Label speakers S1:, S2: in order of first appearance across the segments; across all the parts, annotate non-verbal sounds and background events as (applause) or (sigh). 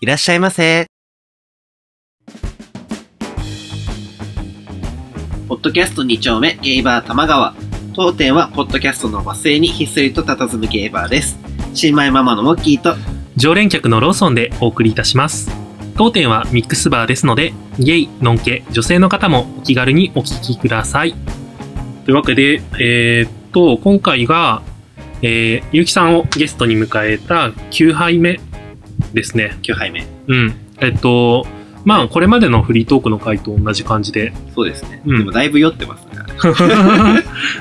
S1: いらっしゃいませ。ポッドキャスト2丁目、ゲイバー玉川。当店は、ポッドキャストの和製にひっそりと佇むゲイバーです。新米ママのモッキーと、
S2: 常連客のローソンでお送りいたします。当店はミックスバーですので、ゲイ、ノンケ、女性の方もお気軽にお聞きください。というわけで、えーっと、今回が、えー、ゆうきさんをゲストに迎えた9杯目ですね。
S1: 9杯目。
S2: うん。えっと、まあ、これまでのフリートークの回と同じ感じで、 (laughs)
S1: そうですね。
S2: うん
S1: でも、だいぶ酔ってますね。あ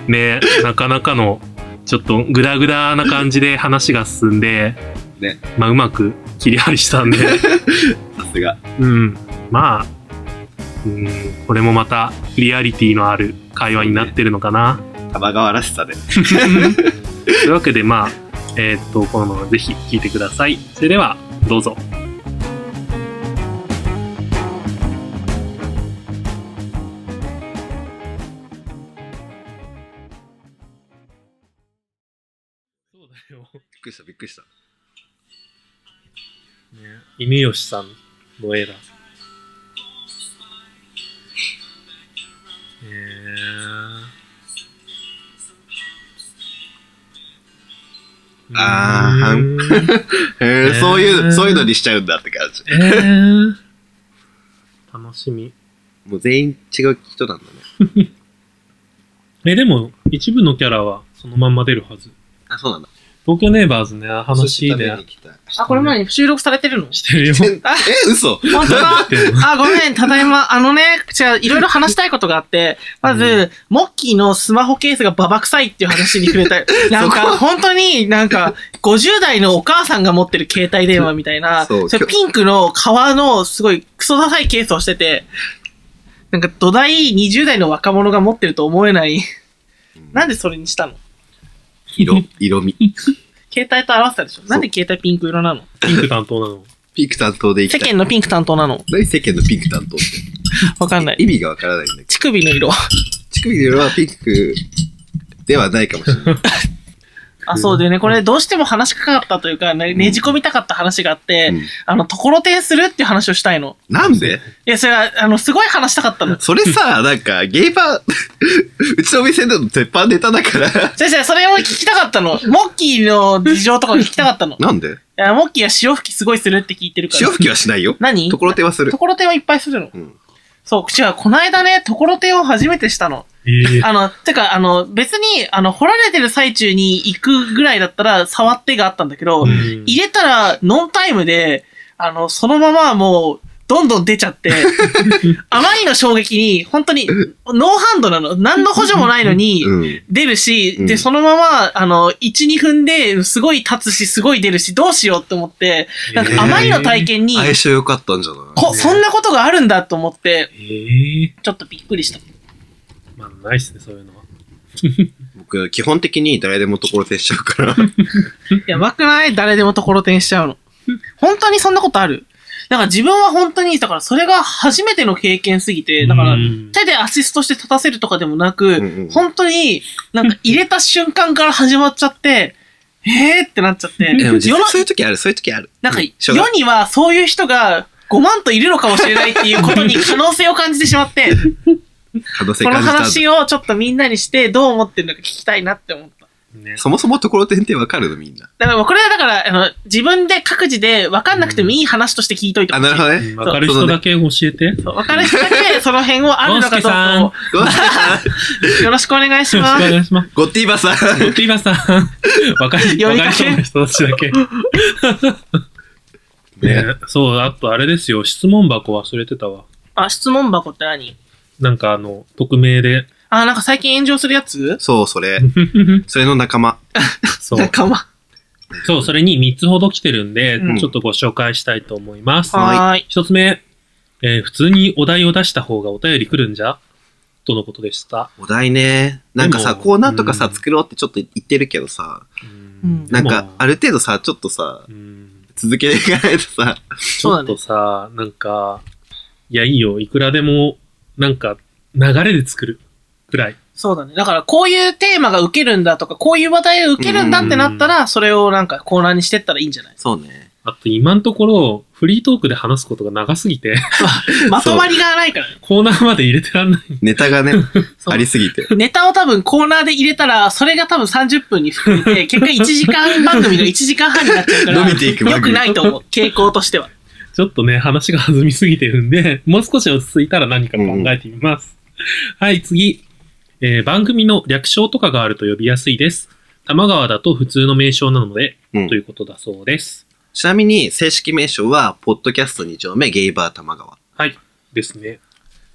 S1: れ
S2: ね、なかなかの、ちょっとグダグダな感じで話が進んで、
S1: ね
S2: まあ、うまく切り張りしたんで、
S1: さすが。
S2: うん、まあ、うん、これもまたリアリティのある会話になってるのかな。
S1: 玉川らしさで。
S2: というわけで、まあ、えーっと、このままぜひ聞いてください。それでは、どうぞ。そうだよ。
S1: びっくりした、びっくりした。
S2: ね、犬吉さんの絵だ。えー、
S1: あーはん
S2: うーん
S1: へ
S2: ね
S1: え、そういう、そういうのにしちゃうんだって感じ。
S2: えー、楽しみ。
S1: もう全員違う人なんだね。
S2: え、でも、一部のキャラはそのまんま出るはず。
S1: あ、そうなんだ。
S2: 東京ネイバーズね、楽
S1: 寿司
S2: しい
S1: 食べ
S2: ね
S1: に。来たい
S3: あ、これ何収録されてるの
S2: してるよ。
S1: え、嘘
S3: (laughs) 本当だ
S2: てる
S3: あ、ごめん、ただいま。あのね、じゃあ、いろいろ話したいことがあって、まず、
S2: う
S3: モッキーのスマホケースがババ臭いっていう話に触れた (laughs) い。なん
S1: そこ
S3: か、本当になんか、50代のお母さんが持ってる携帯電話みたいな、
S1: そう
S3: れピンクの革のすごいクソダサいケースをしてて、なんか土台20代の若者が持ってると思えない。なんでそれにしたの
S2: (laughs)
S1: 色、色味。
S3: 携帯と合わせたでしょなんで携帯ピンク色なの
S2: ピンク担当なの。
S1: ピンク担当で行
S3: 世
S1: きたい。
S3: 間のピンク担当なの
S1: 何世間のピンク担当って。
S3: わかんない。
S1: 意味がわからないんだけど。
S3: 乳首の色。
S1: 乳首の色はピンクではないかもしれない。
S3: あ、そうだよね。これどうしても話しかかったというか、ねねじ込みたかった話があって、
S1: うん
S3: あの、ところてんするっていう話をしたいの。
S1: なんで
S3: いや、それは、あの、すごい話したかったの。
S1: それさ、なんか、ゲイバー、 (laughs) うちのお店での鉄板ネタだから。
S3: 先生、それを聞きたかったの。モッキーの事情とかを聞きたかったの。い
S1: なんで
S3: や、モッキーは潮吹きすごいするって聞いてるから。
S1: 潮吹きはしないよ。
S3: 何
S1: ところてんはする
S3: と。ころてんはいっぱいするの。
S1: うん。
S3: そう、違う、この間ね、ところてんを初めてしたの。
S2: えー、
S3: あの、てか、あの、別に、あの、掘られてる最中に行くぐらいだったら、触ってがあったんだけど、
S2: うん
S3: 入れたら、ノンタイムで、あの、そのままもう、どんどん出ちゃ
S1: (laughs)
S3: って、あまりの衝撃に、本当に、ノーハンドなの。何の補助もないのに、
S1: うん。
S3: 出るし、
S1: う
S3: で、
S1: ん
S3: そのまま、あの、1、2分で、すごい立つし、すごい出るし、どうしようって思って、なんか、あまりの体験に、
S1: 相性良かったんじゃない
S3: こ、そんなことがあるんだと思って、
S2: えー、
S3: ちょっとびっくりした。
S2: まあ、ないっすね、そういうのは。
S1: 僕、基本的に誰でもところてんしちゃう
S3: (laughs)
S1: から。
S3: やばくない誰でもところてんしちゃうの。本当にそんなことあるだから自分は本当に、だからそれが初めての経験すぎて、だから
S2: うん
S3: 手でアシストして立たせるとかでもなく、
S1: んうん
S3: 本当になんか入れた瞬間から始まっちゃって、えーってなっちゃって。
S1: でも実
S3: 世の
S1: 際そういう時ある、そういう時ある。
S3: なんか
S1: うしょうが
S3: 世にはそういう人が5万といるのかもしれないっていうことに可能性を感じてしまって、
S1: 可能性
S3: (laughs) この
S1: 感じたんだ
S3: 話をちょっとみんなにしてどう思ってるのか聞きたいなって思った。
S2: ね、
S1: そもそもところてんってわかるのみんな。
S3: だからもうこれはだから、あの、自分で各自で分かんなくてもいい話として聞いといて
S1: あ、
S3: ほし
S1: な
S3: い。
S1: るほど
S2: う
S1: ね
S2: ん。わかる人だけ教えて。
S3: そう分かる人だけその辺をあるのかどうか
S1: (laughs)
S2: ゴン
S3: をよろしくお願いし
S2: よろし
S3: ま
S2: くお
S3: す。
S2: 願いします。
S1: ゴッティーバさん。
S2: ゴッティーバさん、わかり、
S3: 呼
S2: わ
S3: び
S2: か
S3: か
S2: り
S3: け
S2: そうな人たちだけ。ね、そう、あとあれですよ、質問箱忘れてたわ。
S3: あ、質問箱って何
S2: なんかあの、匿名で。
S3: あ、なんか最近炎上するやつ
S1: そう、それ。それの仲間。
S2: そう。
S3: 仲間。
S2: そう、それに3つほど来てるんで、
S3: うん
S2: ちょっとご紹介したいと思います。
S3: はーい。
S2: 一つ目、えー普通にお題を出した方がお便り来るんじゃとのことでした。
S1: お題ね。なんかさ、
S2: でも
S1: コーナーとか
S2: う
S1: さ、
S2: ん
S1: 作ろうってちょっと言ってるけどさ、
S3: うん
S1: なんか、あ
S2: れ、
S1: る程度さ、ちょっとさ、
S2: うん
S1: 続けていかないとさ、
S2: ちょっとさ、なんか、いや、いいよ、いくらでも、なんか、流れで作るくらい。
S3: そうだね。だからこういうテーマが受けるんだとか、こういう話題が受けるんだってなったら、それをなんかコーナーにしてったらいいんじゃない
S1: そうね。
S2: あと今のところ、フリートークで話すことが長すぎて、 (laughs)
S3: まとまりがないからね。
S2: コーナーまで入れてらんない。
S1: ネタがね、
S2: そう
S1: ありすぎて。
S3: ネタを多分コーナーで入れたら、それが多分30分に含め
S2: (laughs)
S3: て、結果1時間番組の1時間半になっちゃうから、
S1: 伸びていく番
S3: 良く
S1: 組。
S3: ないと思う。傾向としては。
S2: ちょっとね、話が弾みすぎてるんで、もう少し落ち着いたら何か考えてみ
S3: (laughs)
S2: ます。はい、次。えー番組の略称とかがあると呼びやすいです。玉川だと普通の名称なので、
S1: うん
S2: ということだそうです。
S1: ちなみに、正式名称は、ポッドキャスト2丁目、ゲイバー玉川。
S2: はい、ですね。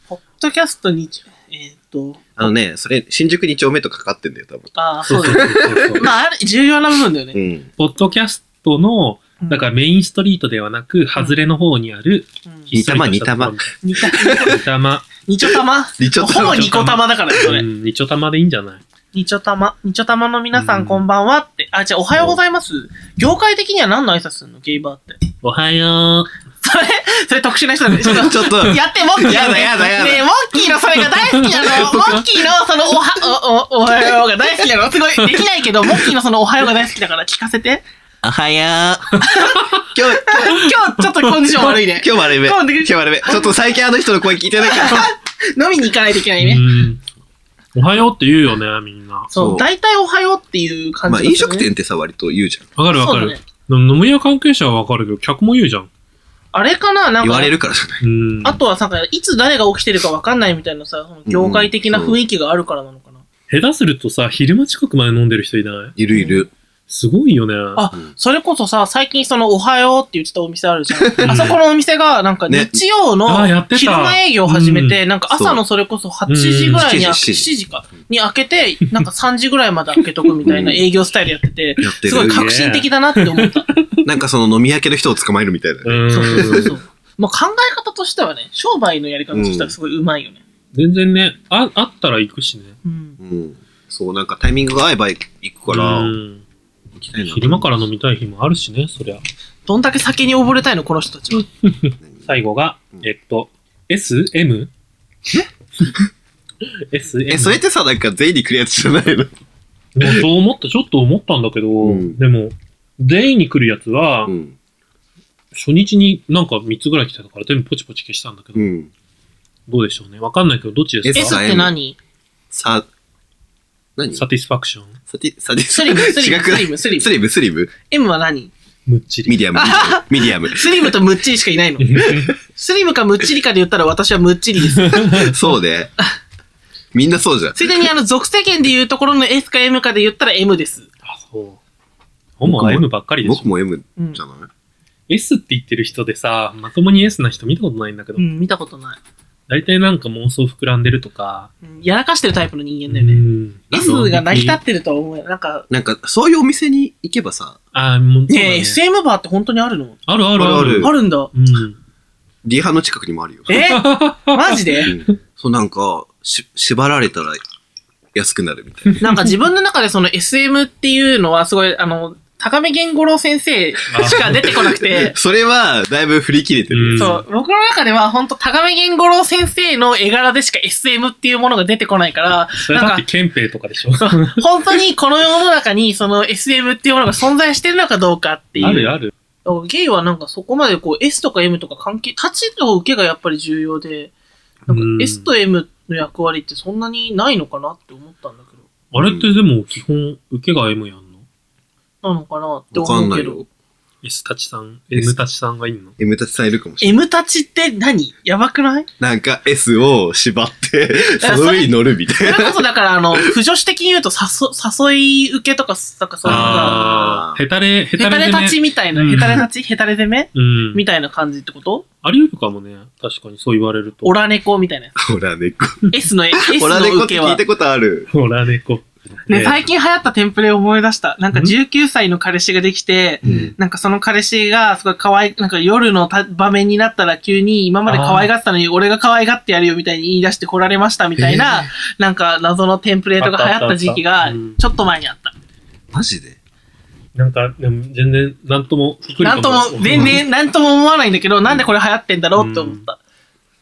S3: ポッドキャストに、えーっと、
S1: あのね、それ、新宿2丁目とかかってんだよ、多分。
S3: ああ、
S2: そ
S3: そうう
S2: そ
S3: だ
S2: う
S3: ね。
S2: そうそう。
S3: (laughs) まあ、ある重要な部分だよ
S1: う
S3: ね。、
S1: ん。
S2: ポッドキャストの、だかららメインストリートではなく、外れの方にある、
S3: うん
S2: ひっそりとしたところ。
S3: 二た、
S2: 二玉。
S3: 二ちょ
S2: (laughs)
S3: たま
S1: 二丁
S3: ほぼ
S1: 玉。
S3: 二個玉だからね、 (laughs) それ
S2: う。ん、二丁玉でいいんじゃない
S3: 二ちょたま、二ちょたまの皆さ
S2: うん
S3: んこんばんはって。あ、じゃあおはようございます。業界的には何の挨拶するのゲイバーって。
S2: おはよ
S3: それ、それ特殊な人だね。ちょっと
S1: ちょっと、
S3: (laughs) やって、モッキー。
S1: やだやだやだ
S3: ねえ、モッキーのそれが大好きな
S1: (laughs)
S3: の。モッキーのそのおは、 (laughs) お、お、おはようが大好きなの。すごい、できないけど、モッキーのそのおはようが大好きだから聞かせて。
S1: おはよう。今日、
S3: 今日、ちょっとコンディション悪いね。
S1: 今日悪め。
S3: 今
S1: 今
S3: 日
S1: 日悪め。ちょっと最近あの人の声聞いてないから。
S3: 飲みに行かないといけな
S2: う
S3: いね。
S2: ん。おはようって言うよね、みんな。わ
S3: そ
S1: そう
S3: う、大体おはようっていう感じ
S1: まあ
S3: がするね
S1: 飲食店ってさ、割と言うじゃん。
S2: かるわか
S3: そう
S2: る。
S3: だね
S2: でも飲み屋関係者はわかるけど、客も言うじゃん。
S3: あれかななんか。
S1: 言われるからじゃない。
S2: うん。
S3: あとはなんか、いつ誰が起きてるかわかんないみたいなさ、その業界的な雰囲気があるからなのかな。
S2: 下手するとさ、昼間近くまで飲んでる人いない
S1: いるいる。
S2: すごいよね。
S3: あ
S1: うん
S3: それこそさ、最近その、おはようって言ってたお店あるじゃ
S2: ん
S3: ん。あそこのお店が、なんか
S1: ね
S3: 日曜の
S2: あやってた
S3: 昼間営業を始めて、なんか朝のそれこそ8時ぐらいに、
S1: うん
S3: あ
S1: 7
S3: 7
S1: 時
S3: 時か、に開けて、なんか3時ぐらいまで開けとくみたいな
S1: うん
S3: 営業スタイルやってて、
S1: やって
S3: すごい
S1: る。
S3: 革新的だなって思った。
S1: なんかその飲み明けの人を捕まえるみたいな。
S2: うん
S3: そうそうそう。まあ考え方としてはね、商売のやり方としてはすごい上手いよね。
S2: 全然ね、あ、あったら行くしね。
S3: うん。
S1: うん。そう、なんかタイミングが合えば行くから、
S2: うん
S1: 行きたいな。
S2: 昼間から飲みたい日もあるしね、そりゃ。
S3: どんだけ酒に溺れたいの、この人たちは。
S2: 最後が
S1: う、ん
S2: えっと、S? M? (laughs) S? M?
S1: え、それってさ、なんか全員にクリアじゃないの
S2: でもそう思った、ちょっと思ったんだけど、
S1: うん
S2: でも、全員に来るやつは、
S1: うん。
S2: 初日になんか3つぐらい来てたから全部ポチポチ消したんだけど、
S1: うん。
S2: どうでしょうね。わかんないけど、どっちです
S3: S
S2: か
S1: そ
S3: S
S1: う
S3: って何
S1: さ、何
S2: サティスファクション。
S1: サティ、サティ
S3: スリム、スリ
S1: 違
S3: ム、スリ
S1: く
S3: ム、スリム
S1: ス。リム、スリム
S3: M は何
S2: むっちり。
S1: ミディ
S3: (laughs)
S1: アム、ミディアム。ミデ
S3: スリムとムッチリしかいないの。スリムかムッチリかで言ったら私はムッチリです。
S1: ィアム。そうね。みんなそうじゃん。
S3: ついでにあの、属世間で言うところの S か M かで言ったら M です。
S2: あ、そう。ホモは M ばっかりでし
S1: 僕
S2: ょ。
S1: も M
S3: うん
S1: じ。ゃない
S2: S って言ってる人でさ、まともに S な人見たことないんだけど
S3: う、ん、見たことない。
S2: 大体なんか妄想膨らんでるとか、
S3: うんやらかしてるタイプの人間だよ
S2: う
S3: ね。
S2: ん
S3: S が成り立ってるとは思うよ。なんか、
S1: なんか、そういうお店に行けばさ、
S2: あ、もう、そうだ
S3: ねえ、
S2: ね、
S3: SM バーって本当にあるの
S2: あるあるあ
S1: あるあ
S2: る。
S1: る
S3: あるんだ。
S2: うん。
S1: リハの近くにもあるよ。
S3: (laughs) えマジで
S1: うんそう、なんか、し、縛られたら安くなるみたいな。、
S3: なんか自分の中でその SM っていうのはすごい、あの、高め源五郎先生しか出てこなくて
S1: それは、だいぶ振り切れてる。
S2: ん
S3: (laughs) そう、僕の中では本当高め源五郎先生の絵柄でしか SM っていうものが出てこないから、
S2: それだって憲兵とかでしょ。
S3: (laughs) 本当にこの世の中にその SM っていうものが存在してるのかどうかっていう。
S2: あるある。
S3: ゲイはなんかそこまでこう S とか M とか関係、立ちと受けがやっぱり重要で、な
S2: うんん
S3: か S と M の役割ってそんなにないのかなって思ったんだけど、
S2: あれってでも基本、受けが M やんの
S3: なのかなって
S1: わかん
S3: 思う
S1: な
S3: け
S1: い
S3: ど
S1: よ。。
S2: ?S たちさん、
S1: S
S2: M たちさんがいんの
S1: M たちさんいるかもしれ
S3: M たちって何やば
S2: (laughs)
S3: くない
S1: ない。なんか S を縛って、
S3: や
S1: その上に乗るみた
S3: そ
S1: い
S3: れ
S1: な。
S3: こそだからあの、不女子的に言うと誘、誘い受けとか、なんかそういうのが、
S2: あー、ヘタレ、ヘ
S3: ヘ
S2: タ
S3: タ
S2: レ
S3: レ
S2: でね
S3: 立ちみたいな、
S2: うん
S3: ヘタレ立ち、ヘタレ攻め
S2: うん。
S3: みたいな感じってこと
S2: あり得るかもね。確かにそう言われると。
S3: オラ猫みたいなや
S1: ほら猫。
S3: つ。S の、S
S1: ほら
S3: の
S1: 猫っ
S3: 受
S1: て
S3: け
S1: 聞
S3: はい
S1: た。ことある。
S2: オラ猫。
S3: ね、最近流行ったテンプレを思い出した。なんか
S2: ん
S3: 19歳の彼氏ができて、
S1: うん。
S3: なんかその彼氏がすごい可愛い、なんか夜のた場面になったら急に今まで可愛がってたのに俺が可愛がってやるよみたいに言い出して来られましたみたいな、なんか謎のテンプレートが流行った時期
S2: あったあ
S3: が
S2: ったうん
S3: ちょっと前にあった。
S1: マジで
S2: なんか、でも全然、なんとも、びっくり
S3: なんとも、全然なんとも思わないんだけど、なんでこれ流行ってんだろうって思った。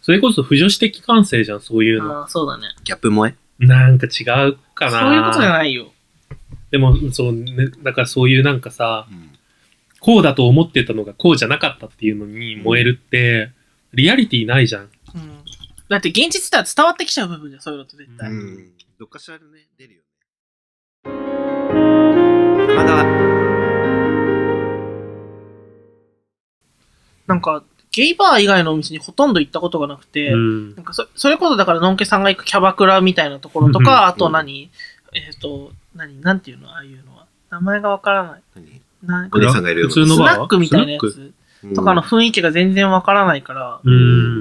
S2: それこそ、不女子的感性じゃん、そういうの。
S3: ああ、そうだね。
S1: ギャップ萌え
S2: なんか違うかな。
S3: そういうことじゃないよ。
S2: でも、そう、ね、だからそういうなんかさ、こうだと思ってたのがこうじゃなかったっていうのに燃えるって、リアリティないじゃん。
S3: うんだって現実では伝わってきちゃう部分じゃん、そういうのって絶対。
S2: う
S1: うんん。どっかしらでね、出るよね。
S4: 玉川。
S3: なんか、ゲイバー以外のお店にほとんど行ったことがなくて、
S2: うん
S3: なんかそそれこそだから、のんけさんが行くキャバクラみたいなところとか、
S2: うん
S3: あと何、えっ、と、何、なんていうのああいうのは。名前がわからない。
S1: 何
S3: な
S1: お姉さんがいるよ
S2: 普
S1: うな
S2: 通の
S3: ス
S2: バー
S3: ナックみたいなや
S2: ス
S3: つとかの雰囲気が全然わからないから、
S2: ナッ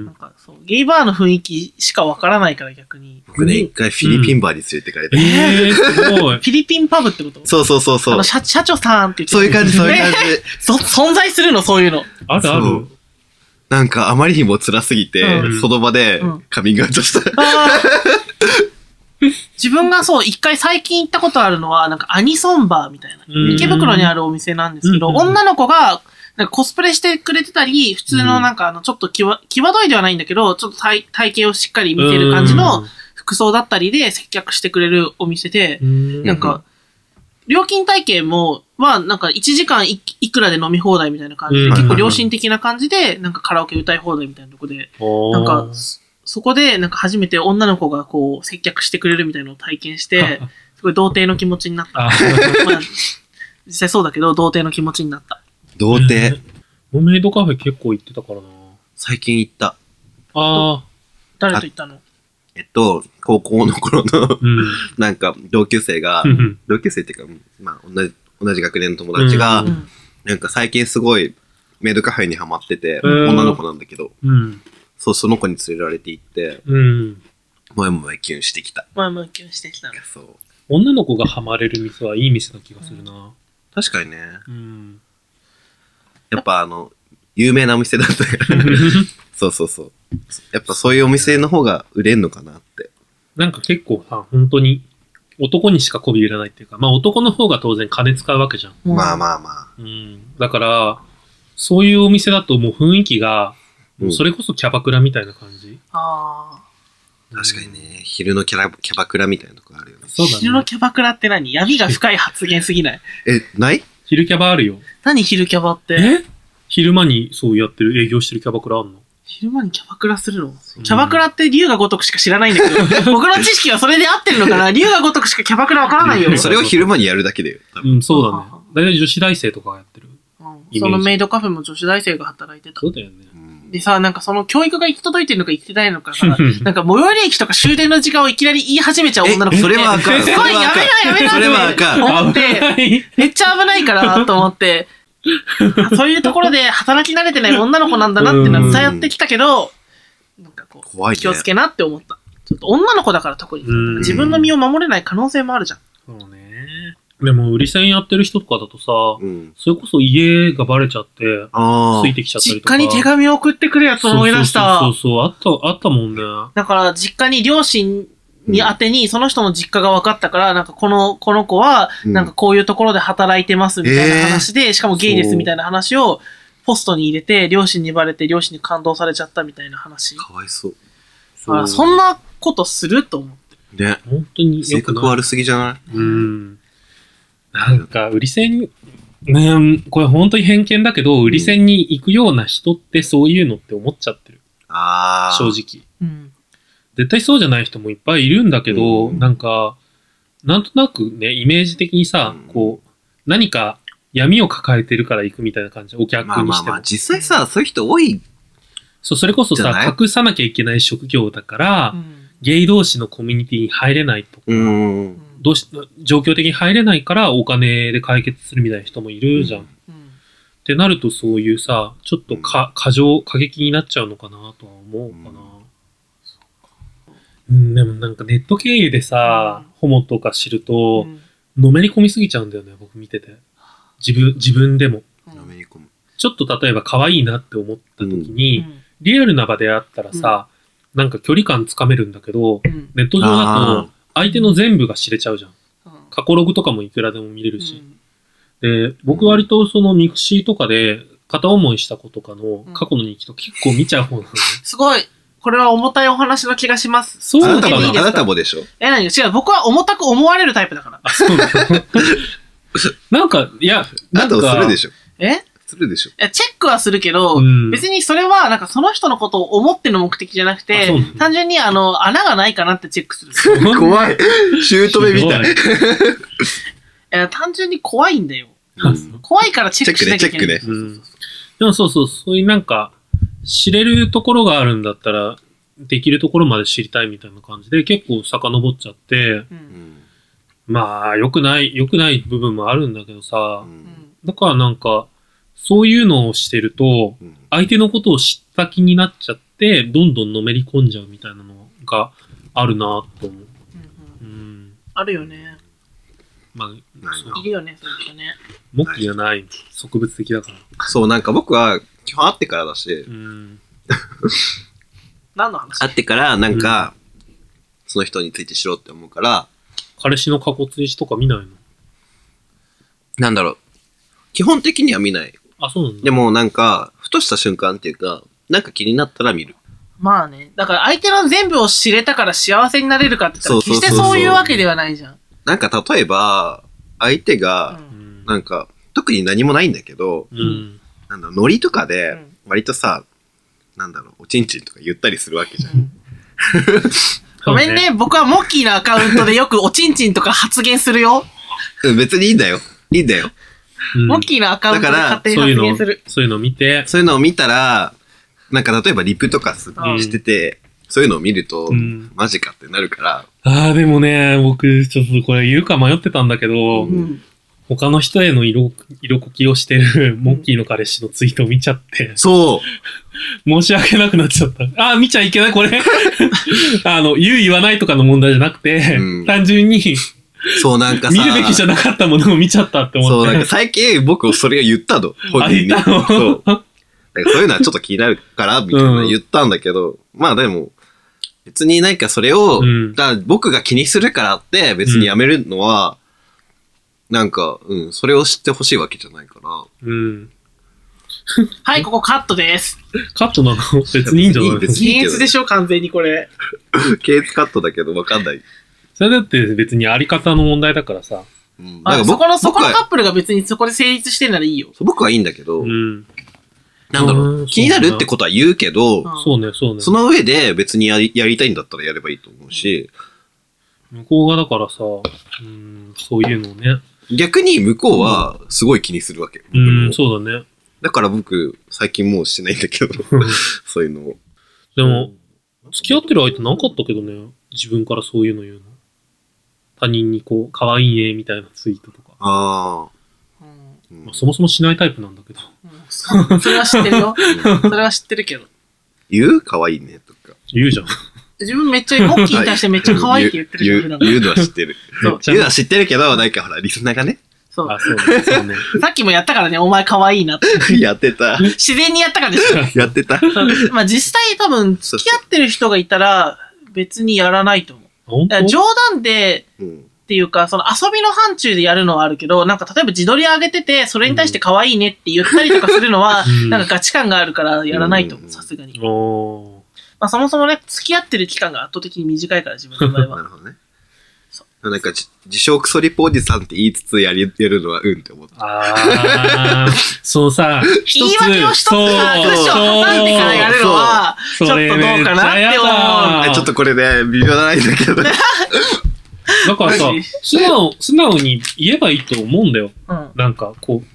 S3: なん
S2: ク
S3: かそう、ゲイバーの雰囲気しかわからないから逆に。
S1: 僕ね、一回フィリピンバーに連れてかれ
S2: うん。
S1: て。
S2: えー、すごい
S3: フ。ィリピンパブってこと
S1: そうそうそう
S3: あ
S1: そう
S3: の。社社長さんって言って
S1: そういう感じ、そういう感じ。
S3: そ存在するのそういうの。
S2: あるあ
S1: そ
S2: る
S1: う。なんか、あまりにも辛すぎて
S2: うん、
S1: その場で
S3: うん
S1: カミングアウトした。
S3: あー自分がそう、一回最近行ったことあるのは、なんかアニソンバーみたいな。
S2: うん
S3: 池袋にあるお店なんですけど、
S2: うん
S3: 女の子が、なんかコスプレしてくれてたり、普
S2: う
S3: 通の
S2: ん
S3: なんかあの、ちょっと際、際どいではないんだけど、ちょっと体、体型をしっかり見てる感じの、服装だったりで接客してくれるお店で、
S2: うん
S3: なんか、料金体系も、は、なんか1時間いいくらで飲み放題みたいな感じで、
S2: うん
S3: 結構良心的な感じで、なんかカラオケ歌い放題みたいなとこで、なんか、そそこで、なんか初めて女の子がこう、接客してくれるみたいなのを体
S2: (laughs)
S3: 験して、すごい童貞の気持ちになった。
S2: あ
S3: (laughs) まあ実際そうだけど、童貞の気持ちになった。
S1: 童貞。。
S2: モメイドカフェ結構行ってたからな。
S1: 最近行った。
S2: ああ、
S3: 誰と言ったの
S1: えっと、高校の頃の、 (laughs)
S2: うん。
S1: なんか、同級生が
S2: (laughs) う、ん
S1: 同級生っていうか、まあ、同じ、同じ学年の友達が
S2: う
S3: う、ん。
S1: なんか最近すごいメイドカフェにハマってて、
S2: うん
S1: 女の子なんだけど、
S2: うん。
S1: そう、その子に連れられて行って、
S2: うん。
S1: もやもやキュンしてきた。
S3: まあまあ、気にしてきたの。
S1: そう。
S2: 女の子がハマれる店はいい店な気がするな。
S1: 確かにね。
S2: うん。
S1: やっぱあの、有名なお店だったから。
S2: (laughs)
S1: そうそうそう。やっぱそういうお店の方が売れんのかなって。
S2: なんか結構さ、本当に、男にしか媚び売らないっていうか、まあ男の方が当然金使うわけじゃん。
S1: まあ
S3: あ。
S1: まあまあ。
S2: うん。だから、そういうお店だともう雰囲気が、
S1: うん
S2: それこそキャバクラみたいな感じ。
S3: あ
S1: 確かにね、昼のキャラキャバクラみたいなとこあるよね
S2: うん。。
S3: あ。
S2: そうだ
S3: 昼の
S2: ね。
S3: キャバクラって何闇が深い発言すぎない。
S1: え、ない (laughs)
S2: 昼キャバあるよ。
S3: 何昼キャバって。
S2: え昼間にそうやってる営業してるキャバクラあんの
S3: 昼間にキャバクラするのキャバクラって竜が如くしか知らないんだけど、僕の知識はそれで合ってるのかな竜が如くしかキャバクラわからないよ。
S2: う
S1: (laughs)
S2: ん
S1: それを昼間にやるだけだよ。多分
S2: うん、そうだ
S3: は
S2: ね
S3: は。
S2: 大体女子大生とかがやってる。
S3: うんそのメイドカフェも女子大生が働いてた。
S2: そうだよね。
S1: うん
S3: でさ、なんかその教育が行き届いてるのか行ってないのか
S2: (laughs)
S3: さ、なん
S2: うん
S3: か最寄り駅とか終電の時間をいきなり言い始めちゃう
S1: え
S3: 女の子
S1: それはあかん。そ
S3: す
S1: れ
S3: ごい、
S1: はあ
S3: や
S1: か
S3: め
S1: ん
S3: な、やめな、
S1: それはあかん
S3: 思って、
S2: い。
S3: めっちゃ危ないから、と思って、そういうところで働き慣れてない女の子なんだなってのは伝わってきたけど、なんかこう、
S1: 怖いね。
S3: 気をつけなって思った。ちょっと女の子だから特に
S2: うん。
S3: 自分の身を守れない可能性もあるじゃん。
S2: そうね。でも、売り線やってる人とかだと
S1: う
S2: さ、
S1: ん。
S2: それこそ家がバレちゃって、
S1: あ
S2: つい
S1: あ。
S2: てきちゃった
S3: 実
S2: りとか。
S3: 家に手紙を送ってくるやつを思い出した
S2: そう。そうそうそうあった、あったもんね。
S3: だから、実家に両親に宛てに、その人の実家が分かったから、なんかこの、この子は、
S1: うん
S3: なんかこういうところで働いてますみたいな話で、しかもゲイですみたいな話を、ポストに入れて、両親にバレて、両親に感動されちゃったみたいな話。
S1: かわいそう。
S3: あらそんなことすると思う。
S1: ね。
S2: 本当に
S1: 性
S2: よく
S1: 格
S2: ない。
S1: 悪すぎじゃない
S2: うん。なんか、売り線、ねこれ本当に偏見だけど、売り線に行くような人ってそういうのって思っちゃってる。
S1: ああ。
S2: 正。直。
S3: うん。
S2: 絶対そうじゃない人もいっぱいいるんだけど、
S1: うん
S2: なんか、なんとなくね、イメージ的にさ、
S1: うん
S2: こう、何か闇を抱えてるから行くみたいな感じ、お客
S1: まあ
S2: に
S1: ま
S2: し
S1: あ
S2: ても。
S1: まあ、実際さ、そういう人多い。
S2: そう、それこそ
S1: じゃ
S2: さ
S1: ない、
S2: 隠さなきゃいけない職業だから、
S3: うん
S2: ゲイ同士のコミュニティに入れないとか、
S1: うん。
S2: どうし、状況的に入れないからお金で解決するみたいな人もいるじゃん。
S1: うん
S3: うん
S2: ってなるとそういうさ、ちょっとか、過剰、過激になっちゃうのかなとは思うかな。うん、でもなんかネット経由でさ、
S3: うん
S2: ホモとか知る
S3: う
S2: と、
S3: ん
S2: のめり込みすぎちゃうんだよね、僕見てて。自分、自分でも。
S3: うん
S1: アメリカも。
S2: ちょっと例えば可愛いなって思った時に、
S3: うん
S2: リアルな場であったらさ、なんか距離感つかめるんだけど、
S3: うん
S2: ネット上だと
S1: あ
S2: 相手の全部が知れちゃうじゃん。
S3: うん
S2: 過去ログとかもいくらでも見れる
S3: う
S2: し。
S3: ん
S2: で、僕割とそのミクシーとかで片思いした子とかの
S3: うん
S2: 過去の日記とか結構見ちゃう方なのね。
S3: (laughs) すごい。これは重たいお話の気がします。
S2: そう
S1: あ
S2: な
S1: な
S2: の
S1: た
S2: か
S1: も、
S3: いい
S1: あ
S3: ですか
S1: なたもでしょ
S3: え、何違う。僕は重たく思われるタイプだから。
S2: あそうなのなんか、いや、
S1: あなたもするでしょ
S3: え
S1: するでしょ。
S3: いやチェックはするけど、
S2: うん
S3: 別にそれは、なんかその人のことを思っての目的じゃなく
S2: あ
S3: て
S2: そうなの、
S3: 単純にあの、穴がないかなってチェックする。い
S1: (laughs) 怖い。シュート目みたい。
S2: す
S3: や単純に怖いんだよ。
S2: ごい
S1: うん
S3: 怖いからチェ
S1: チ
S3: ッ
S1: ェ
S3: ク
S1: ック
S3: しな
S1: ね、
S3: き
S1: チ
S3: ゃ
S1: ェ
S3: い
S1: ッ
S3: けな
S1: ク
S3: い。
S1: ね。
S2: うんでもそうそう、そういうなんか、知れるところがあるんだったら、できるところまで知りたいみたいな感じで、結構遡っちゃって、
S3: う
S1: うんん
S2: まあ、良くない、良くない部分もあるんだけど
S1: う
S2: さ、
S1: ん
S2: だからなんか、そういうのをしてると、
S1: うん
S2: 相手のことを知った気になっちゃって、どんどんのめり込んじゃうみたいなのがあるなと思う。
S3: うんうん
S2: うん。
S3: あるよね。
S2: まあ、
S1: ない
S2: そう
S1: ない
S3: るよね、そういう人ね。
S2: モッキーがない、植物的だから。
S1: そう、なんか僕は基本会ってからだし
S2: う、ん。
S3: 何の話
S1: 会ってからなんか、その人について知ろうって思うから、
S2: 彼氏の過去追試とか見ないの
S1: なんだろう。基本的には見ない。
S2: あ、そうなんだ。
S1: でもなんか、ふとした瞬間っていうか、なんか気になったら見る。
S3: まあね。だから相手の全部を知れたから幸せになれるかって言ったら、
S1: そう
S3: 決
S1: そうそ
S3: し
S1: う
S3: てそういうわけではないじゃん。
S1: なんか例えば、相手
S3: う
S1: が、
S3: ん
S2: ん
S1: なんか、特に何もないんだけど、
S2: うん。
S1: なんだろうノリとか
S3: う
S1: で
S3: ん、
S1: 割とさ、なんだろう、おちんちんとか言ったりするわけじゃん。
S3: ごめんね、僕はモッキーのアカウントでよくおちんちんとか発言するよ。
S1: うん別にいいんだよ。いいんだよ。
S2: うん。
S3: モッキーのアカウントで勝手に
S2: そうい
S3: 発
S2: うの
S3: 言する。、
S2: そういうのを見て、
S1: そういうのを見たら、なんか例えばリプとかす
S3: うん
S1: してて、そういうのを見ると、
S2: うん
S1: マジかってなるから、
S2: ああ、でもね、僕、ちょっとこれ言うか迷ってたんだけど、
S3: うん
S2: 他の人への色、色こきをしてる、モッキーの彼氏のツイートを見ちゃって、
S1: そ
S2: 申し訳なくなっちゃった。ああ、見ちゃいけない、こ
S1: (laughs)
S2: れ。あの、言う言わないとかの問題じゃなくて、
S1: うん
S2: 単純に、
S1: う、そうなんかさ、
S2: 見るべきじゃなかったものを見ちゃったって思
S1: そ
S2: っ
S1: う、
S2: て。
S1: なんか最近僕それを言ったの。
S2: あ、いた
S1: そう。
S2: の
S1: なんかそういうのはちょっと気になるから、みたいなの言ったんだけど、まあでも、別になんかそれを、
S2: うん
S1: だから僕が気にするからって別にやめるのは、なんか、うん、それを知ってほしいわけじゃないから。
S2: (laughs)
S1: (laughs)
S2: うん。
S3: はい、ここカットです。
S2: カットなの別にいいんじゃない
S1: 別にいい
S3: 検
S1: けど
S3: 閲でしょ、完全にこれ。
S1: ケースカットだけどわかんない。
S2: それだって別にあり方の問題だからさ。
S1: うん、
S3: あ
S1: なんか
S3: そ
S1: 僕
S3: この、そこの
S1: 僕
S3: カ
S1: は
S3: ップルが別にそこで成立してるならいいよ。
S1: 僕はいいんだけど、
S2: うん。
S1: なんだろ
S2: うん
S1: う、気になるってことは言うけど、
S3: うん
S2: そうね、そうね。
S1: その上で別にやりやりたいんだったらやればいいと思うし、
S2: 向こうがだからさ、うん、そういうのをね。
S1: 逆に向こうはすごい気にするわけ。僕
S2: う
S1: の
S2: ん、そうだね。
S1: だから僕、最近もうしないんだけど、 (laughs) そういうのを。
S2: でも、付き合ってる相手なかったけどね。自分からそういうの言うの。他人にこう、可愛いね、みたいなツイートとか。
S1: ああ。
S3: うん
S1: うん
S2: まあ、そもそもしないタイプなんだけど。
S3: うんそそれは知ってるよ。それは知ってるけど。
S1: 言う可愛いね、とか。
S2: 言う
S3: (laughs)
S2: じゃん。
S3: 自分めっちゃ、モッキーに対してめっちゃ可愛いって言ってるじゃん、普
S1: 言う
S3: 段
S1: 言う言うのは知ってる。
S3: そう
S1: 言うのは知ってるけど、なんかほら、リスナーがね、 (laughs)
S3: そう
S2: あ、そうね、そうね。
S3: さっきもやったからね、お前可愛いなって。
S1: やってた。
S3: 自然にやったからでしょ。
S1: やってた。
S3: そうまあ実際多分、付き合ってる人がいたら、別にやらないと思う。
S2: 本
S3: だから冗
S2: 当
S3: 談で、 (laughs)
S1: うん。
S3: っていうか、その遊びの範疇でやるのはあるけど、なんか例えば自撮り上げてて、それに対して可愛いねって言ったりとかするのは、
S2: うん
S3: なんかガチ感があるからやらないと思
S1: う
S3: う、
S1: ん
S3: さすがに。
S2: お
S3: まあそもそもね、付き合ってる期間が圧倒的に短いから、自分の場
S1: な
S3: 合は。
S1: るほどね
S3: そ。
S1: なんかじ、自称クソリポおじさんって言いつつやり、やるのはうんって思った。
S2: ああ、 (laughs) そうさ、一つ
S3: 言い訳を一つから、
S2: そう
S3: クッションを挟んでからやるのは、ち
S2: そうそ
S3: ょっと
S2: れ
S3: どう
S2: めっち
S3: かなっ
S2: ゃや
S3: て思う。
S2: だ
S1: えちょっとこれね、微妙なラインだ
S3: (laughs)
S1: けど。
S2: だからさ
S3: マジ、
S2: 素直、素直に言えばいいと思うんだよ。
S3: うん。
S2: なんか、こう、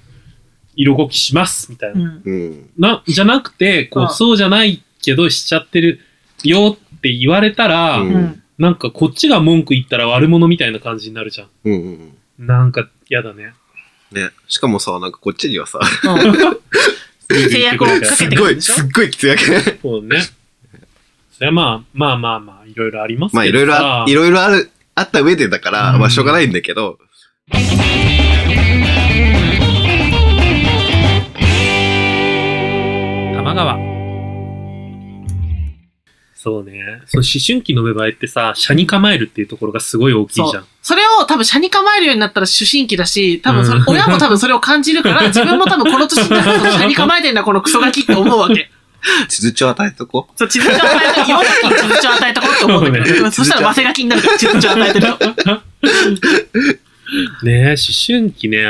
S2: 色動きします、みたいな。
S3: うん。
S1: うん。
S2: な、じゃなくて、こ
S3: う
S2: う、
S3: ん
S2: そうじゃないけどしちゃってるよって言われたら、
S1: うん
S3: うん。
S2: なんかこっちが文句言ったら悪者みたいな感じになるじゃん。
S1: うんうんうん。
S2: なんか嫌だね。
S1: ね。しかもさ、なんかこっちにはさ、
S3: 制約をか
S1: す
S3: け
S1: って
S3: く
S1: ごい、
S3: るんでしょ
S1: すっごいきついわけ。
S2: そうね。それはまあ、まあまあまあ、いろいろありますけどさ。
S1: まあ、いろいろあ、いろいろある、あった上でだから、
S2: うん
S1: まあ、しょうがないんだけど、
S2: 玉川。そうね。その思春期の芽生えってさ、車に構えるっていうところがすごい大きいじゃん。
S3: それを多分、車に構えるようになったら主心期だし、多分それ、
S2: うん
S3: 親も多分それを感じるから、自分も多分この年になると、車に構えてんだ、このクソガキって思うわけ。
S1: 地図帳与えとこ
S3: そう、地図帳与えた、幼少期に地図帳与えたことって思うんだけ
S2: そう
S3: ど、そしたらマセガキになるから、地図帳与えてると。
S2: (laughs) ねえ、思春期ね。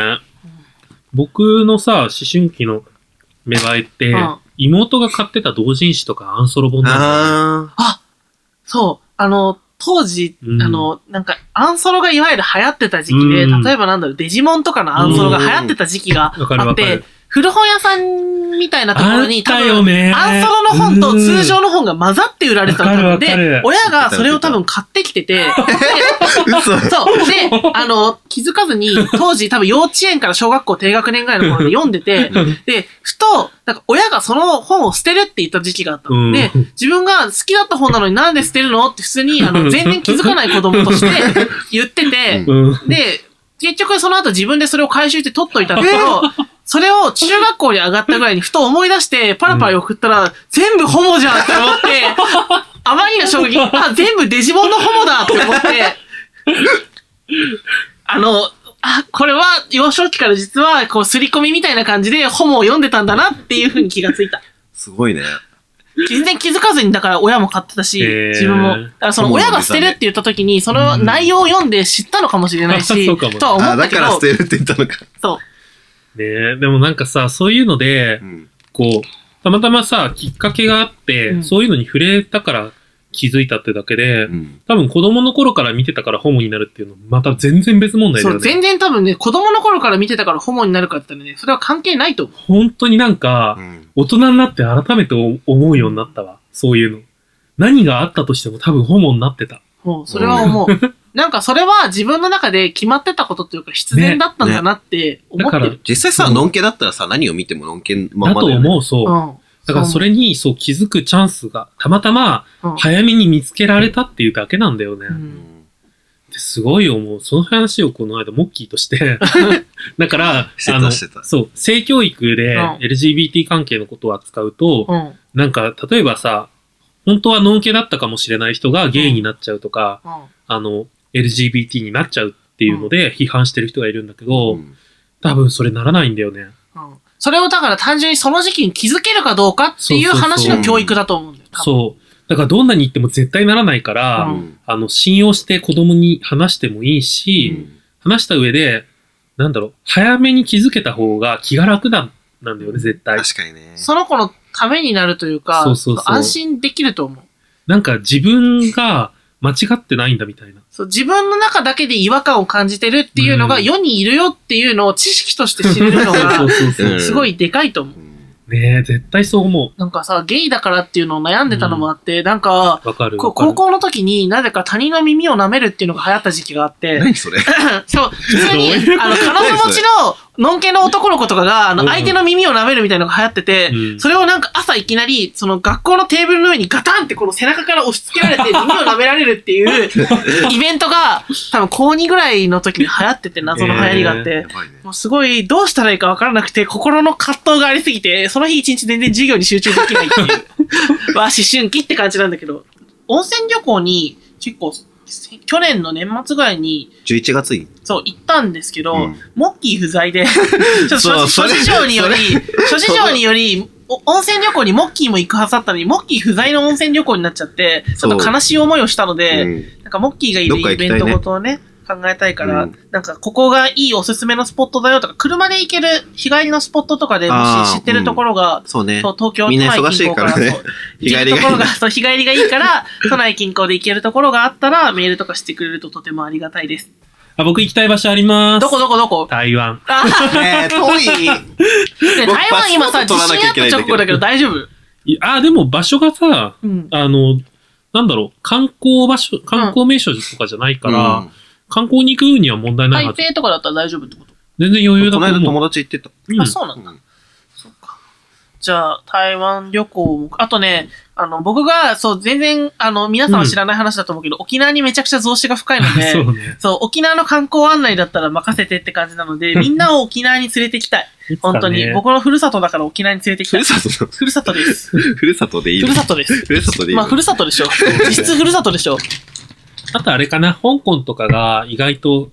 S2: 僕のさ、思春期の芽生えって、
S3: うん
S2: 妹が買ってた同人誌とかアンソロ本なんだよね
S1: あ
S3: そう。あの、当時、
S2: うん
S3: あの、なんか、アンソロがいわゆる流行ってた時期で、
S2: うん
S3: 例えばなんだろう、デジモンとかのアンソロが流行ってた時期が
S2: わかる
S3: あ
S2: わか
S3: って
S2: る。、
S3: 古本屋さんみたいなところに、
S2: あったよね。
S3: アンソロの本と通常の本が混ざって売られてた
S2: わかるわ
S3: の
S2: か
S3: で
S2: る、
S3: 親がそれを多分買ってきてて、
S1: ー、嘘。
S3: そう。で、あの、気づかずに、当時多分幼稚園から小学校低学年ぐらいの頃に読んでて、で、ふと、なんか親がその本を捨てるって言った時期があった
S2: う
S3: の
S2: ん
S3: で、自分が好きだった本なのになんで捨てるのって普通に、あの、全然気づかない子供として言ってて、
S2: うん。
S3: で、結局その後自分でそれを回収して取っといたんだけど、それを中学校に上がったぐらいにふと思い出して、パラパラ送ったら、全部ホモじゃんって思って、あまりの衝撃、あ、全部デジモンのホモだって思って、あの、あ、これは幼少期から実は、こう、すり込みみたいな感じでホモを読んでたんだなっていうふうに気がついた。
S1: すごいね。
S3: 全然気づかずに、だから親も買ってたし、
S2: へー
S3: 自分も。だからその親が捨てるって言った時に、その内容を読んで知ったのかもしれないし、
S2: そうかも
S3: とは
S1: あ
S3: 思
S1: ー
S3: った
S1: だ
S3: け
S1: か
S3: ど、
S1: ら捨てるって言ったのか。
S3: そう。
S2: ねえでもなんかさ、そういうので
S1: う、ん。
S2: こう、たまたまさ、きっかけがあって、
S3: うん
S2: そういうのに触れたから気づいたってだけで、
S1: うん
S2: 多分子供の頃から見てたからホモになるっていうの、また全然別問題だ
S3: そ
S2: よ
S3: う、
S2: ね。
S3: 全然多分ね、子供の頃から見てたからホモになるかって言ったらね、それは関係ないと思う。
S2: 本当になんか、
S1: うん
S2: 大人になって改めて思うようになったわ。そういうの。何があったとしても多分ホモになってた。
S3: もう、それは思う。 (laughs) なんかそれは自分の中で決まってたことというか必然だったんだなって思
S2: だ
S3: って
S2: か
S3: る。
S2: ら、
S1: 実際さ、のんけだったらさ、何を見てものんけのまん
S2: だ
S1: ま
S2: と
S1: だよね。
S2: 思う、そう。
S3: うん。
S2: だからそれに、そう気づくチャンスが、たまたま
S3: うん、
S2: 早めに見つけられたっていうだけなんだよね。
S3: う
S2: っ
S3: ん
S2: てすごい思う。その話をこの間、モッキーと
S3: (laughs)
S2: して。だから、
S1: してた
S2: あの、
S1: してた
S2: そう、性教育で
S3: うん
S2: LGBT 関係のことを扱うと、
S3: うん。
S2: なんか、例えばさ、本当はノンケだったかもしれない人がゲイになっちゃうとか、あの、LGBT になっちゃうっていうので批判してる人がいるんだけど、
S1: うん
S2: 多分それならないんだよね。
S3: うん。それをだから単純にその時期に気づけるかどうかっていう
S2: そうそうそう
S3: 話の教育だと思うんだよ。多分
S2: そう。だからどんなに言っても絶対ならないから、
S3: うん
S1: うん
S2: あの、信用して子供に話してもいいし、話した上で、なんだろう、早めに気づけた方が気が楽なんなんだよね、絶対。
S1: 確かにね。
S3: その子のためになるというか、
S2: そうそうそう
S3: 安心できると思う。
S2: なんか自分が間違ってないんだみたいな。
S3: そう自分の中だけで違和感を感じてるっていうのが、
S2: うん
S3: 世にいるよっていうのを知識として知れる
S2: (laughs) そ
S3: のが
S2: う、そうそう。
S1: うん
S3: すごいでかいと思う。
S1: うん
S2: ねえ、絶対そう思
S3: なんかさ、ゲイだからっていうのを悩んでたのもあって、なんか、
S2: う。わかる。
S3: こ
S2: わかる
S3: 高校の時になぜか他人の耳を舐めるっていうのが流行った時期があって、
S1: 何それ
S3: (laughs) そう、普通に
S2: どうい、う
S3: あの、彼女持ちの、のんけの男の子とかが、あ
S2: う
S3: の、
S2: ん
S3: 相手の耳を舐めるみたいなのが流行ってて、
S2: うん
S3: それをなんか朝いきなり、その学校のテーブルの上にガタンってこの背中から押し付けられて耳を舐められるっていうイベントが、多分高2ぐらいの時に流行ってて、謎の流行りがあって。
S1: やばいね。
S3: もうすごい、どうしたらいいかわからなくて、心の葛藤がありすぎて、その日一日全然授業に集中できないっていう、は思春期って感じなんだけど、温泉旅行に結構、せ去年の年末ぐらいに、
S1: 11月に。
S3: そう、行ったんですけど、
S1: うん
S3: モッキー不
S1: (laughs)
S3: 在で、ちょっと諸事
S1: そうそ
S3: 諸
S1: れ
S3: 事情により、諸事情により、お温泉旅行にモッキーも行くはずだったのに、モッキー不在の温泉旅行になっちゃって、ちょっと悲しい思いをしたので、
S1: うん
S3: なんか、モッキーがいるイベントごとをね、考えたいから、
S1: うん
S3: なんか、ここがいいおすすめのスポットだよとか、車で行ける日帰りのスポットとかで、も
S1: あ
S3: し
S1: ー
S3: 知ってるところが、
S1: そうね
S3: そ。う東京
S1: みん
S3: 都
S1: な
S3: 内
S1: 忙し
S3: 近
S1: いか
S3: 郊からら、
S1: ね
S3: そう
S1: (laughs) 日帰
S3: 行け
S1: り
S3: るところ
S1: が
S3: が、。そう、日帰りがいいから、都内近郊で行けるところがあったら、メールとかしてくれるととてもありがたいです。
S2: あ、僕行きたい場所あります。
S3: どこどこどこ
S2: 台湾。
S3: あ、
S1: ねえ、遠い。
S3: ね
S1: 僕
S3: 台湾今さ、
S1: パスポ
S3: 地
S1: ート取らなき
S3: 震
S1: ゃ
S3: あ
S1: い
S3: っ
S1: けない
S3: た
S1: んだけど
S3: 直後だけど大丈夫
S2: いあー、でも場所がさ、
S3: うん。
S2: あの、なんだろう、観光場所、観光名所とかじゃないから、
S1: うん
S2: 観光に行くには問題ない
S3: 台
S2: はず。
S3: 北とかだったら大丈夫ってこと
S2: 全然余裕だ
S1: ことの
S2: 思う。
S1: 間友達行ってた。
S2: うん
S3: あ、そうなんだ。そうか。じゃあ、台湾旅行も、あとね、あの、僕が、そう、全然、あの、皆さんは知らない話だと思うけど、沖縄にめちゃくちゃ増資が深いので、
S2: そうね。
S3: (laughs) そう、沖縄の観光案内だったら任せてって感じなので、みんなを沖縄に連れてきたい。本当に。僕のふるさとだから沖縄に連れてき
S1: ふ
S3: たい
S1: る。さと
S3: (laughs) ふるさとです。
S1: の、ふるさとでいい
S3: ふ
S1: の
S3: るさとです。
S1: ふるさとでいい
S3: まあ、
S1: の
S3: ふるさとでしょ。実質ふるさとでしょ。
S2: あとあれかな、香港とかが意外と、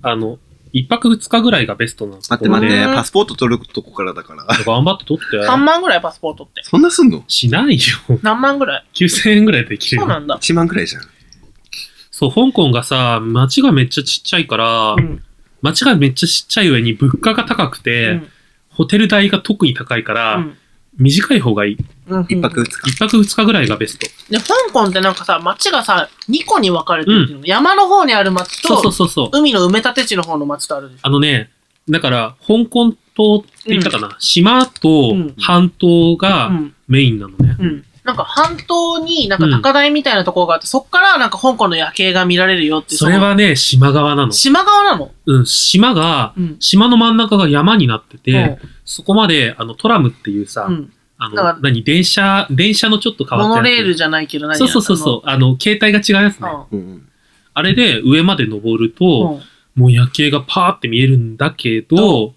S2: あの、一泊二日ぐらいがベストなので。
S1: 待って待っ
S3: う
S1: て、
S3: ん
S1: パスポート取るとこからだから。 (laughs)
S2: 頑張って取って。
S3: 3万ぐらいパスポートって。
S1: そんなすんの
S2: しないよ。 (laughs)
S3: 何万ぐらい
S2: 9000円ぐらいで切れ
S3: そう
S2: る。
S3: なんだ。
S1: ?1 万くらいじゃん。
S2: そう、香港がさ、街がめっちゃちっちゃいから、
S3: うん。
S2: 街がめっちゃちっちゃい上に物価が高くて、
S3: うん
S2: ホテル代が特に高いから、
S3: うん
S2: 短い方がいい。
S3: うん
S1: 一泊二日。
S2: 一泊二日ぐらいがベスト。
S3: で、香港ってなんかさ、街がさ、2個に分かれてるっていうの、山の方にある街と、
S2: そうそうそうそう。
S3: 海の埋め立て地の方の街とあるでしょ。
S2: あのね、だから、香港島って言ったかな、島と
S3: うん
S2: 半島
S3: う
S2: が
S3: ん。
S2: メインなのね。
S3: うん。なんか半島になんか高台みたいなところがあって、そっからなんか香港の夜景が見られるよっていう。
S2: それはね、島側なの
S3: の。島側なの。
S2: うん、島が、
S3: うん。
S2: 島の真ん中が山になってて、そこまで、あの、トラムっていうさ、
S3: うんうん。
S2: あ
S3: だか
S2: の
S3: ら、
S2: 何、電車、電車のちょっと変わ
S3: モ
S2: った
S3: ノ
S2: やつ
S3: レールじゃないけど何
S2: そうそうそうそう、あの、携帯が違うやつね。
S3: う。
S1: うんうん。
S2: あれで上まで登る
S3: う
S2: と、
S3: ん。
S2: もう夜景がパーって見えるんだけど、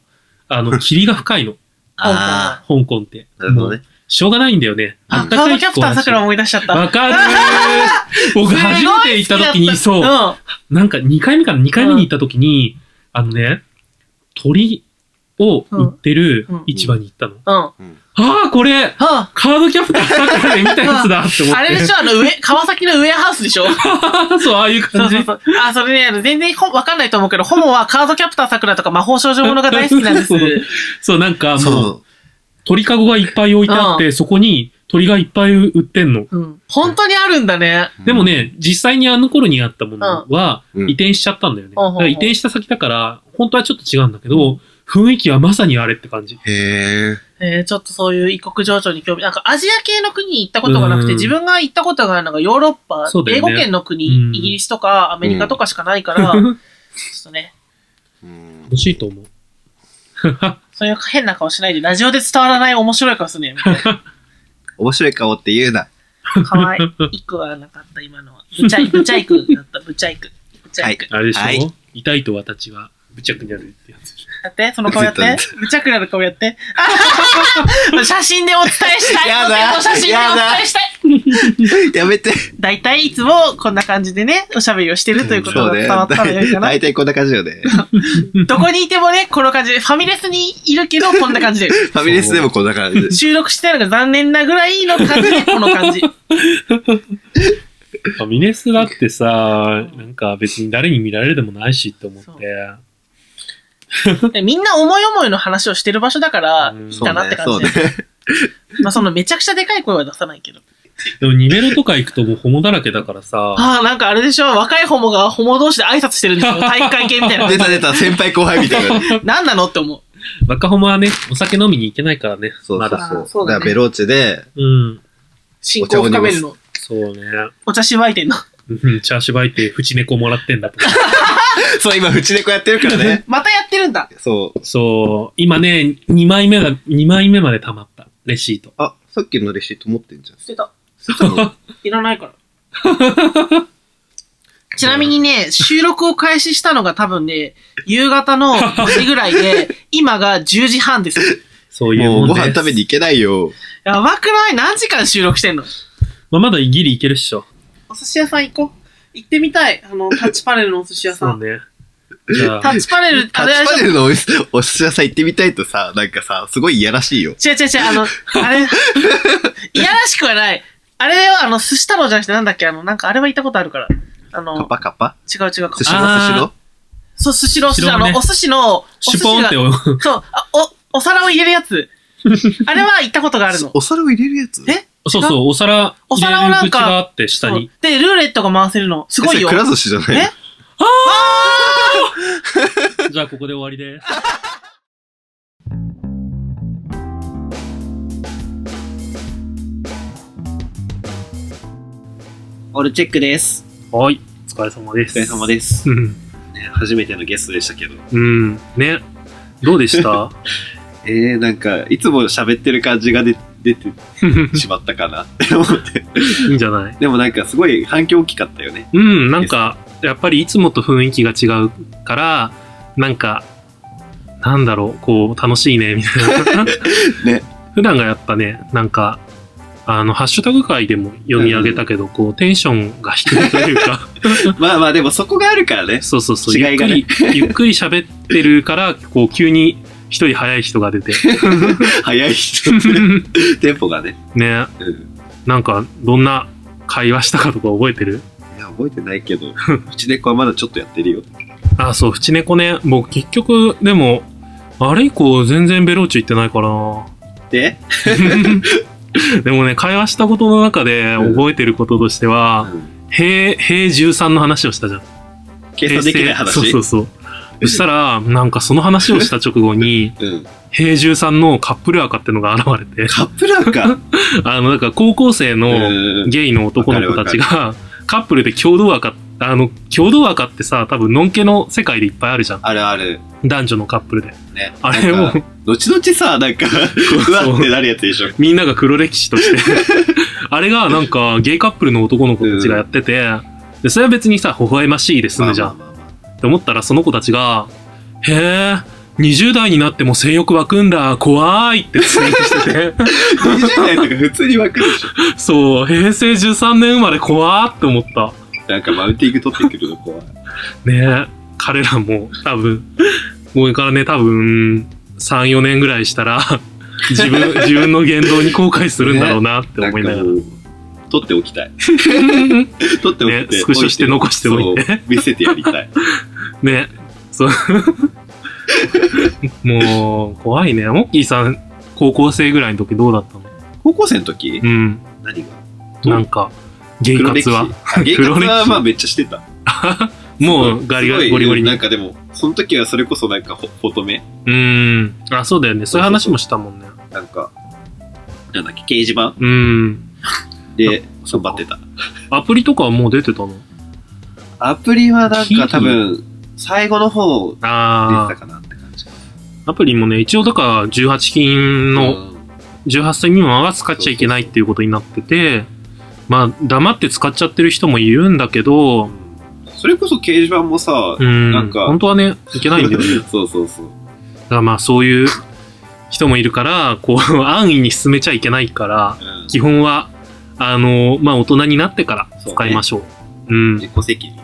S2: あの、霧が深いの、
S1: あ
S2: 香港って。
S1: (laughs) あ、なるほどね。
S2: しょうがないんだよね。
S3: あ、
S2: った
S3: カー
S2: か
S3: ド
S2: い
S3: キャプター
S2: 気候だし
S3: 桜思い出しちゃった。
S2: わかるー僕初めて行った時に、
S3: う
S2: そう、
S3: ん。
S2: なんか2回目かな、2回目に行った時に、あのね、鳥を売ってる
S3: うん
S2: 市場に行ったの。
S3: うん。
S1: うん。
S2: ああ、これ
S3: は
S2: カードキャプター桜で見たやつだって思っ
S3: あ、
S2: て。
S3: あれでしょあの、上、川崎のウェアハウスでしょ
S2: そう、ああいう
S3: そ
S2: 感
S3: う
S2: じ
S3: そ。うそう。あ、それねあの、全然ほわかんないと思うけど、ホモはカードキャプター桜とか魔法少女ものが大好きなんです。
S2: そうそう、なんかもう、
S1: そ
S2: 鳥かごがいっぱい置いてあっ
S3: う
S2: て、そこに鳥がいっぱい売ってんの。
S3: うん。本当にあるんだね。
S1: う。
S2: でも、ね、実際にあの頃にあったものは
S1: うん
S2: 移転しちゃったんだよね。
S3: うん
S2: だから移転した先だから、本当はちょっと違うんだけど、雰囲気はまさにあれって感じ。
S1: へえ。
S3: えー、ちょっとそういう異国情緒に興味、なんかアジア系の国に行ったことがなく
S2: う
S3: て、
S2: ん
S3: 自分が行ったことがあるのがヨーロッパ、
S2: そうだ
S3: 英
S2: よね
S3: 語圏の国、
S2: うん
S3: イギリスとかアメリカとかしかないから、ちょっ
S2: 楽
S3: とね、
S1: うん
S2: しいと思う。 (laughs)
S3: そういう変な顔しないで、ラジオで伝わらない面白い顔すね。みたい
S1: 面白い顔って言うな。
S3: なかわい (laughs) いくはなかった、今のは。ぶちゃい、ぶちゃいくだった、ぶちゃいく。ぶちゃいく。
S2: あれでしょ、
S1: はい
S2: 痛いと私は、ぶちゃくになるってやつ。
S3: やって、その顔やって。むちゃくなる顔やって。
S1: (laughs)
S3: 写真でお伝えしたい。
S1: やだ
S3: お写真でお伝えしたい。
S1: (laughs) やめて。
S3: 大体いつもこんな感じでね、おしゃべりをしてるということ
S1: そう
S3: が
S1: ね。
S3: 伝わったのよいいかな。
S1: 大体こんな感じよね。
S3: どこにいてもね、この感じで、ファミレスにいるけ
S1: (laughs)
S3: ど、こんな感じで。
S1: ファミレスでもこんな感じで。
S3: 収録してるのが残念なぐらいの感じで、この
S1: (laughs)
S3: 感じ。
S2: ファミレスだってさ、なんか別に誰に見られるでもないしって思って
S3: そう。でみんな思い思いの話をしてる場所だから、
S2: うん
S3: いい
S1: そう
S3: かなって
S1: ね。
S3: 感
S1: そう
S3: じ
S1: ね
S3: で。。まあ、そのめちゃくちゃでかい声は出さないけ
S1: (laughs)
S3: ど。
S2: でもニベロとか行くともうホモだらけだからさ、
S3: ああ、なんかあれでしょ、若いホモがホモ同士で挨拶してるんですよ。体育会系みた
S1: (laughs)
S3: いな。
S1: 出た出た、先輩後輩みたいな。
S3: 何なのって思う。
S2: 若ホモはね、お酒飲みに行けないからね、
S1: そう
S2: ま
S1: そう
S2: だ。
S3: ま
S1: そ
S3: だ
S1: う。
S3: そうだね
S1: だからベローチェで、
S2: うん、
S3: 進行を深めるの。
S2: そうね。
S3: お茶しばいてんの。 (laughs)
S2: うんチャーシューバイって、縁猫もらってんだとか。
S1: そう、今、フチネコやってるから
S3: (laughs)
S1: ね。
S3: またやってるんだ。
S1: そう。
S2: そう、今ね、2枚目が、二枚目まで溜まった、レシート。
S1: あ、さっきのレシート持ってんじゃん。
S3: 捨てた。
S1: 捨てたの
S3: いらないから。
S1: (laughs)
S3: ちなみにね、収録を開始したのが多分ね、夕方の5時ぐら
S1: (laughs)
S3: いで、今が10時半です。
S2: そういう
S1: も
S2: も
S1: うんご
S2: です
S1: 飯食べに行けないよ。
S3: やばくない何時間収録してんの
S2: まあ、まだギリ行けるっしょ。
S3: お寿司屋さん行こう。行ってみたい。あの、タッチパネルのお寿司屋さ。
S2: そうんね。じゃ
S3: タ
S2: あ、
S3: ッチパネル、
S1: タ
S3: あ
S1: ッ
S3: れあ
S1: チパ
S3: れ
S1: ネ
S3: 違
S1: ル
S3: う
S1: のお店お寿司屋さん行ってみたいとさ、なんかさ、すごいいやらしいよ。
S3: 違う違う、あの、あ
S1: (laughs)
S3: れ、いやらしくはない。あれだよ、あの、寿司太郎じゃなくてなんだっけ、あの、なんかあれは行ったことあるから。あ
S1: カ
S3: の、
S1: パカパ
S3: 違う違う。
S1: 寿司の寿司の
S3: そう、寿司の、
S2: 寿司
S3: あ
S2: のね
S3: の、お寿司の、お寿
S2: シュ
S3: 司
S2: ポンって
S3: が、そう、あお、お皿を入れるや
S2: (laughs)
S3: つ。あれは行ったことがあるの。
S1: お皿を入れるやつ
S3: え
S2: お、 (laughs) そうそう、お皿
S3: お
S2: 入
S3: 皿を
S2: れ
S3: なん
S2: る口
S3: か
S2: があって、下に。
S3: そうで、ルーレットが回せるの。すごいよ
S1: えそ。れくら寿司じゃない
S3: え
S2: じゃあ、ここで終わりです。
S4: オールチェックです。
S2: はい。お疲れ様で
S4: お
S2: す。
S4: 疲れ様です。
S2: うん。
S4: ね初めてのゲストでしたけど。
S2: うん。ね。どうでした (laughs)
S4: えー、なんか、いつも喋ってる感じが出出て
S2: い
S4: しまったかな (laughs) って思って。
S2: いんじゃない
S4: でもなんか、すごい反響大きかったよね。
S2: うん、なんか、やっぱりいつもと雰囲気が違うから、なんか、なんだろう、こう、楽しいね、みたい
S4: (laughs)
S2: な。
S1: ね
S2: 普段がやっぱね、なんか、あの、ハッシュタグ会でも読み上げたけど、こう、テンションが低いというか、
S4: (laughs) まあまあ、でもそこがあるからね。
S2: そうそうそう、ゆ
S4: 違
S2: っ
S4: い
S2: く
S4: がね
S2: り、ゆっくり喋ってるから、こう、急に一人早い人が
S4: (laughs)
S2: 出て。
S4: 早い人、テンポがね。
S2: ね、
S4: うん
S2: なんか、どんな会話したかとか覚えてる
S4: いや、覚えてないけど、うちで子はまだちょっとやってるよ。
S2: あ、そう、フチネコね。僕結局、でも、あれ以降全然ベローチェ行ってないからな。
S1: (laughs) で、
S2: でもね、会話したことの中で
S1: うん
S2: 覚えてることとしては、平、平13の話をしたじゃん。
S1: 計算できない話。
S2: 平成そうそうそう。そしたら、なんかその話をした直後に、
S1: うん。
S2: 平13のカップルアカってのが現れて、
S1: カップラーか。
S2: あの、だから高校生の
S1: うん
S2: ゲイの男の子たちが、カップルで共同アカ、あの、共同アカってさ、多分、ノンケの世界でいっぱいあるじゃん。
S1: あるある。
S2: 男女のカップルで。
S1: ね。
S2: あれ
S1: な
S2: を
S1: んか、後々さ、なんか、
S2: (laughs)
S1: うわってなるやつでしょ。
S2: みんなが黒歴史として (laughs) あれがなんかゲイカップルの男の子たちがやってて、でそれは別にさ微笑ましいで済むじゃん、
S1: まあまあまあま
S2: って思ったらその子たちが「へえ20代になっても性欲湧くんだ怖い」ってツイート
S1: (laughs)
S2: してて
S1: あ20代とか普通に湧くでし
S2: (laughs)
S1: ょ。
S2: そう平成13年生まれ怖ーって思った
S1: なんかマウンティング取ってくるの怖い。
S2: ねえ彼らも多分これからね多分34年ぐらいしたら
S1: (laughs)
S2: 自分自分の言動に後悔するんだろうなって
S1: なん
S2: 思
S1: か
S2: いながら、
S1: もう、取っておきたい。取っておきたい。
S2: ねスクショして残しておいて
S1: そう見せてやり
S2: (laughs)
S1: たい。
S2: ね。
S1: (laughs)
S2: そう。もう、怖いね。モッキーさん、高校生ぐらいの時どうだったの
S1: 高校生の時
S2: うん。
S1: 何が
S2: なんか、ゲイ
S1: 黒歴史。
S2: 活は。
S1: あゲイ活
S2: 黒歴史
S1: はまあめっちゃしてた。
S2: もう、ガリガ
S1: す
S2: リ、
S1: ご
S2: ゴ
S1: い
S2: リゴリ
S1: なん
S2: に。
S1: かでも、その時はそれこそなんかフォフォトメ
S2: うん。あ、そうだよね。そういう話もしたもんね。
S1: なんか、なんだっけ、掲示板
S2: うん。
S1: で
S2: そ
S1: 頑
S2: っ
S1: 張
S2: か
S1: ってた。
S2: アプリとかはもう出てたの
S1: アプリはなん
S2: キー
S1: か多分、最後の方出て
S2: あ
S1: たかなって感じ。
S2: あ。アプリもね、一応だから、18金の、18歳未満は使っちゃいけないっていうことになってて、まあ、黙って使っちゃってる人もいるんだけ
S1: う
S2: ど
S1: ん、それこそ掲示板もさ
S2: う、ん。
S1: なんか
S2: 本当はね、いけないんだよね。
S1: (laughs) そうそうそう。
S2: だからまあそういう人もいるから、こう、 (laughs) 安易に進めちゃいけないから、
S1: うん
S2: 基本は、あの、まあ大人になってから
S1: そうね
S2: 使いましょう。う
S1: 自
S2: ん。
S1: 己責任。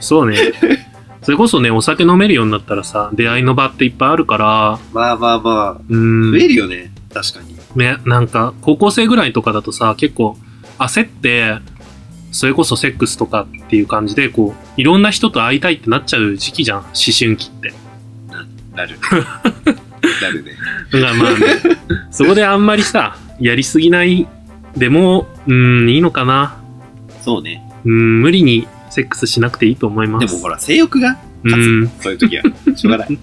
S2: そ
S1: (laughs)
S2: うね。それこそね、お酒飲めるようになったらさ、出会いの場っていっぱいあるから、
S1: まあまあま
S2: う
S1: あ、
S2: ん。
S1: 増え
S2: ね、
S1: るよね、確かに。
S2: なんか、高校生ぐらいとかだとさ、結構焦って、それこそセックスとかっていう感じで、こう、いろんな人と会いたいってなっちゃう時期じゃん。思春期って。
S1: な
S2: (laughs)
S1: るね。なるね。
S2: だからまあ、ね、
S1: (laughs)
S2: そこであんまりさ、やりすぎないでも、うん、いいのかな。
S1: そうね。
S2: うん、無理にセックスしなくていいと思いま。
S1: ですもほら、性欲が
S2: う
S1: 勝
S2: ん、
S1: つ。そういう時は。しょうがない。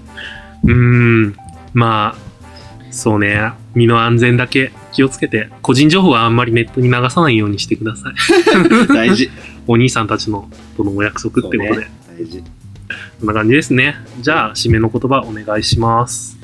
S2: うん、まあ、そうね、身の安全だけ気をつけて、個人情報はあんまりネットに流さないようにしてください。
S1: 大事。
S2: お兄さんたちのとのお約束って
S1: そう
S2: ことで、
S1: ね大事。
S2: こんな感じですね。じゃあ、締めの言葉お願いします。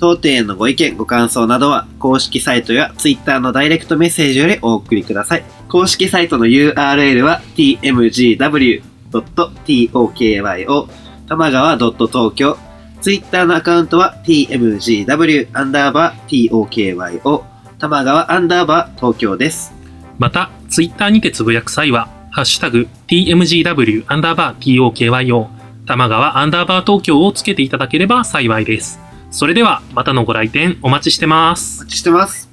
S1: 当店へのご意見、ご感想などは、公式サイトや Twitter のダイレクトメッセージよりお送りください。公式サイトの URL は tmgw.tokyo 玉川 .tokyo Twitter のアカウントは tmgw アンダーバー tokyo 玉川アンダーバー東京です。
S2: また、ツイッターにてつぶやく際は、ハッシュタグ、tmgw アンダーバー tokyo、玉川アンダーバー東京をつけていただければ幸いです。それでは、またのご来店お待ちしてます
S1: お。待ちしてます。